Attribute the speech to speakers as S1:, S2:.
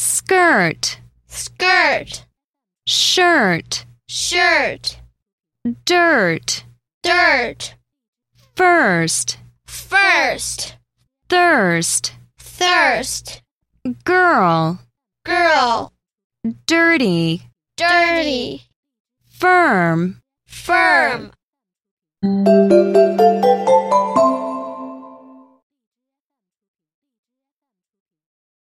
S1: skirt,
S2: skirt,
S1: shirt,
S2: shirt,
S1: dirt,
S2: dirt,
S1: first,
S2: first,
S1: thirst,
S2: thirst,
S1: girl,
S2: girl,
S1: dirty,
S2: dirty,
S1: firm.
S2: firm.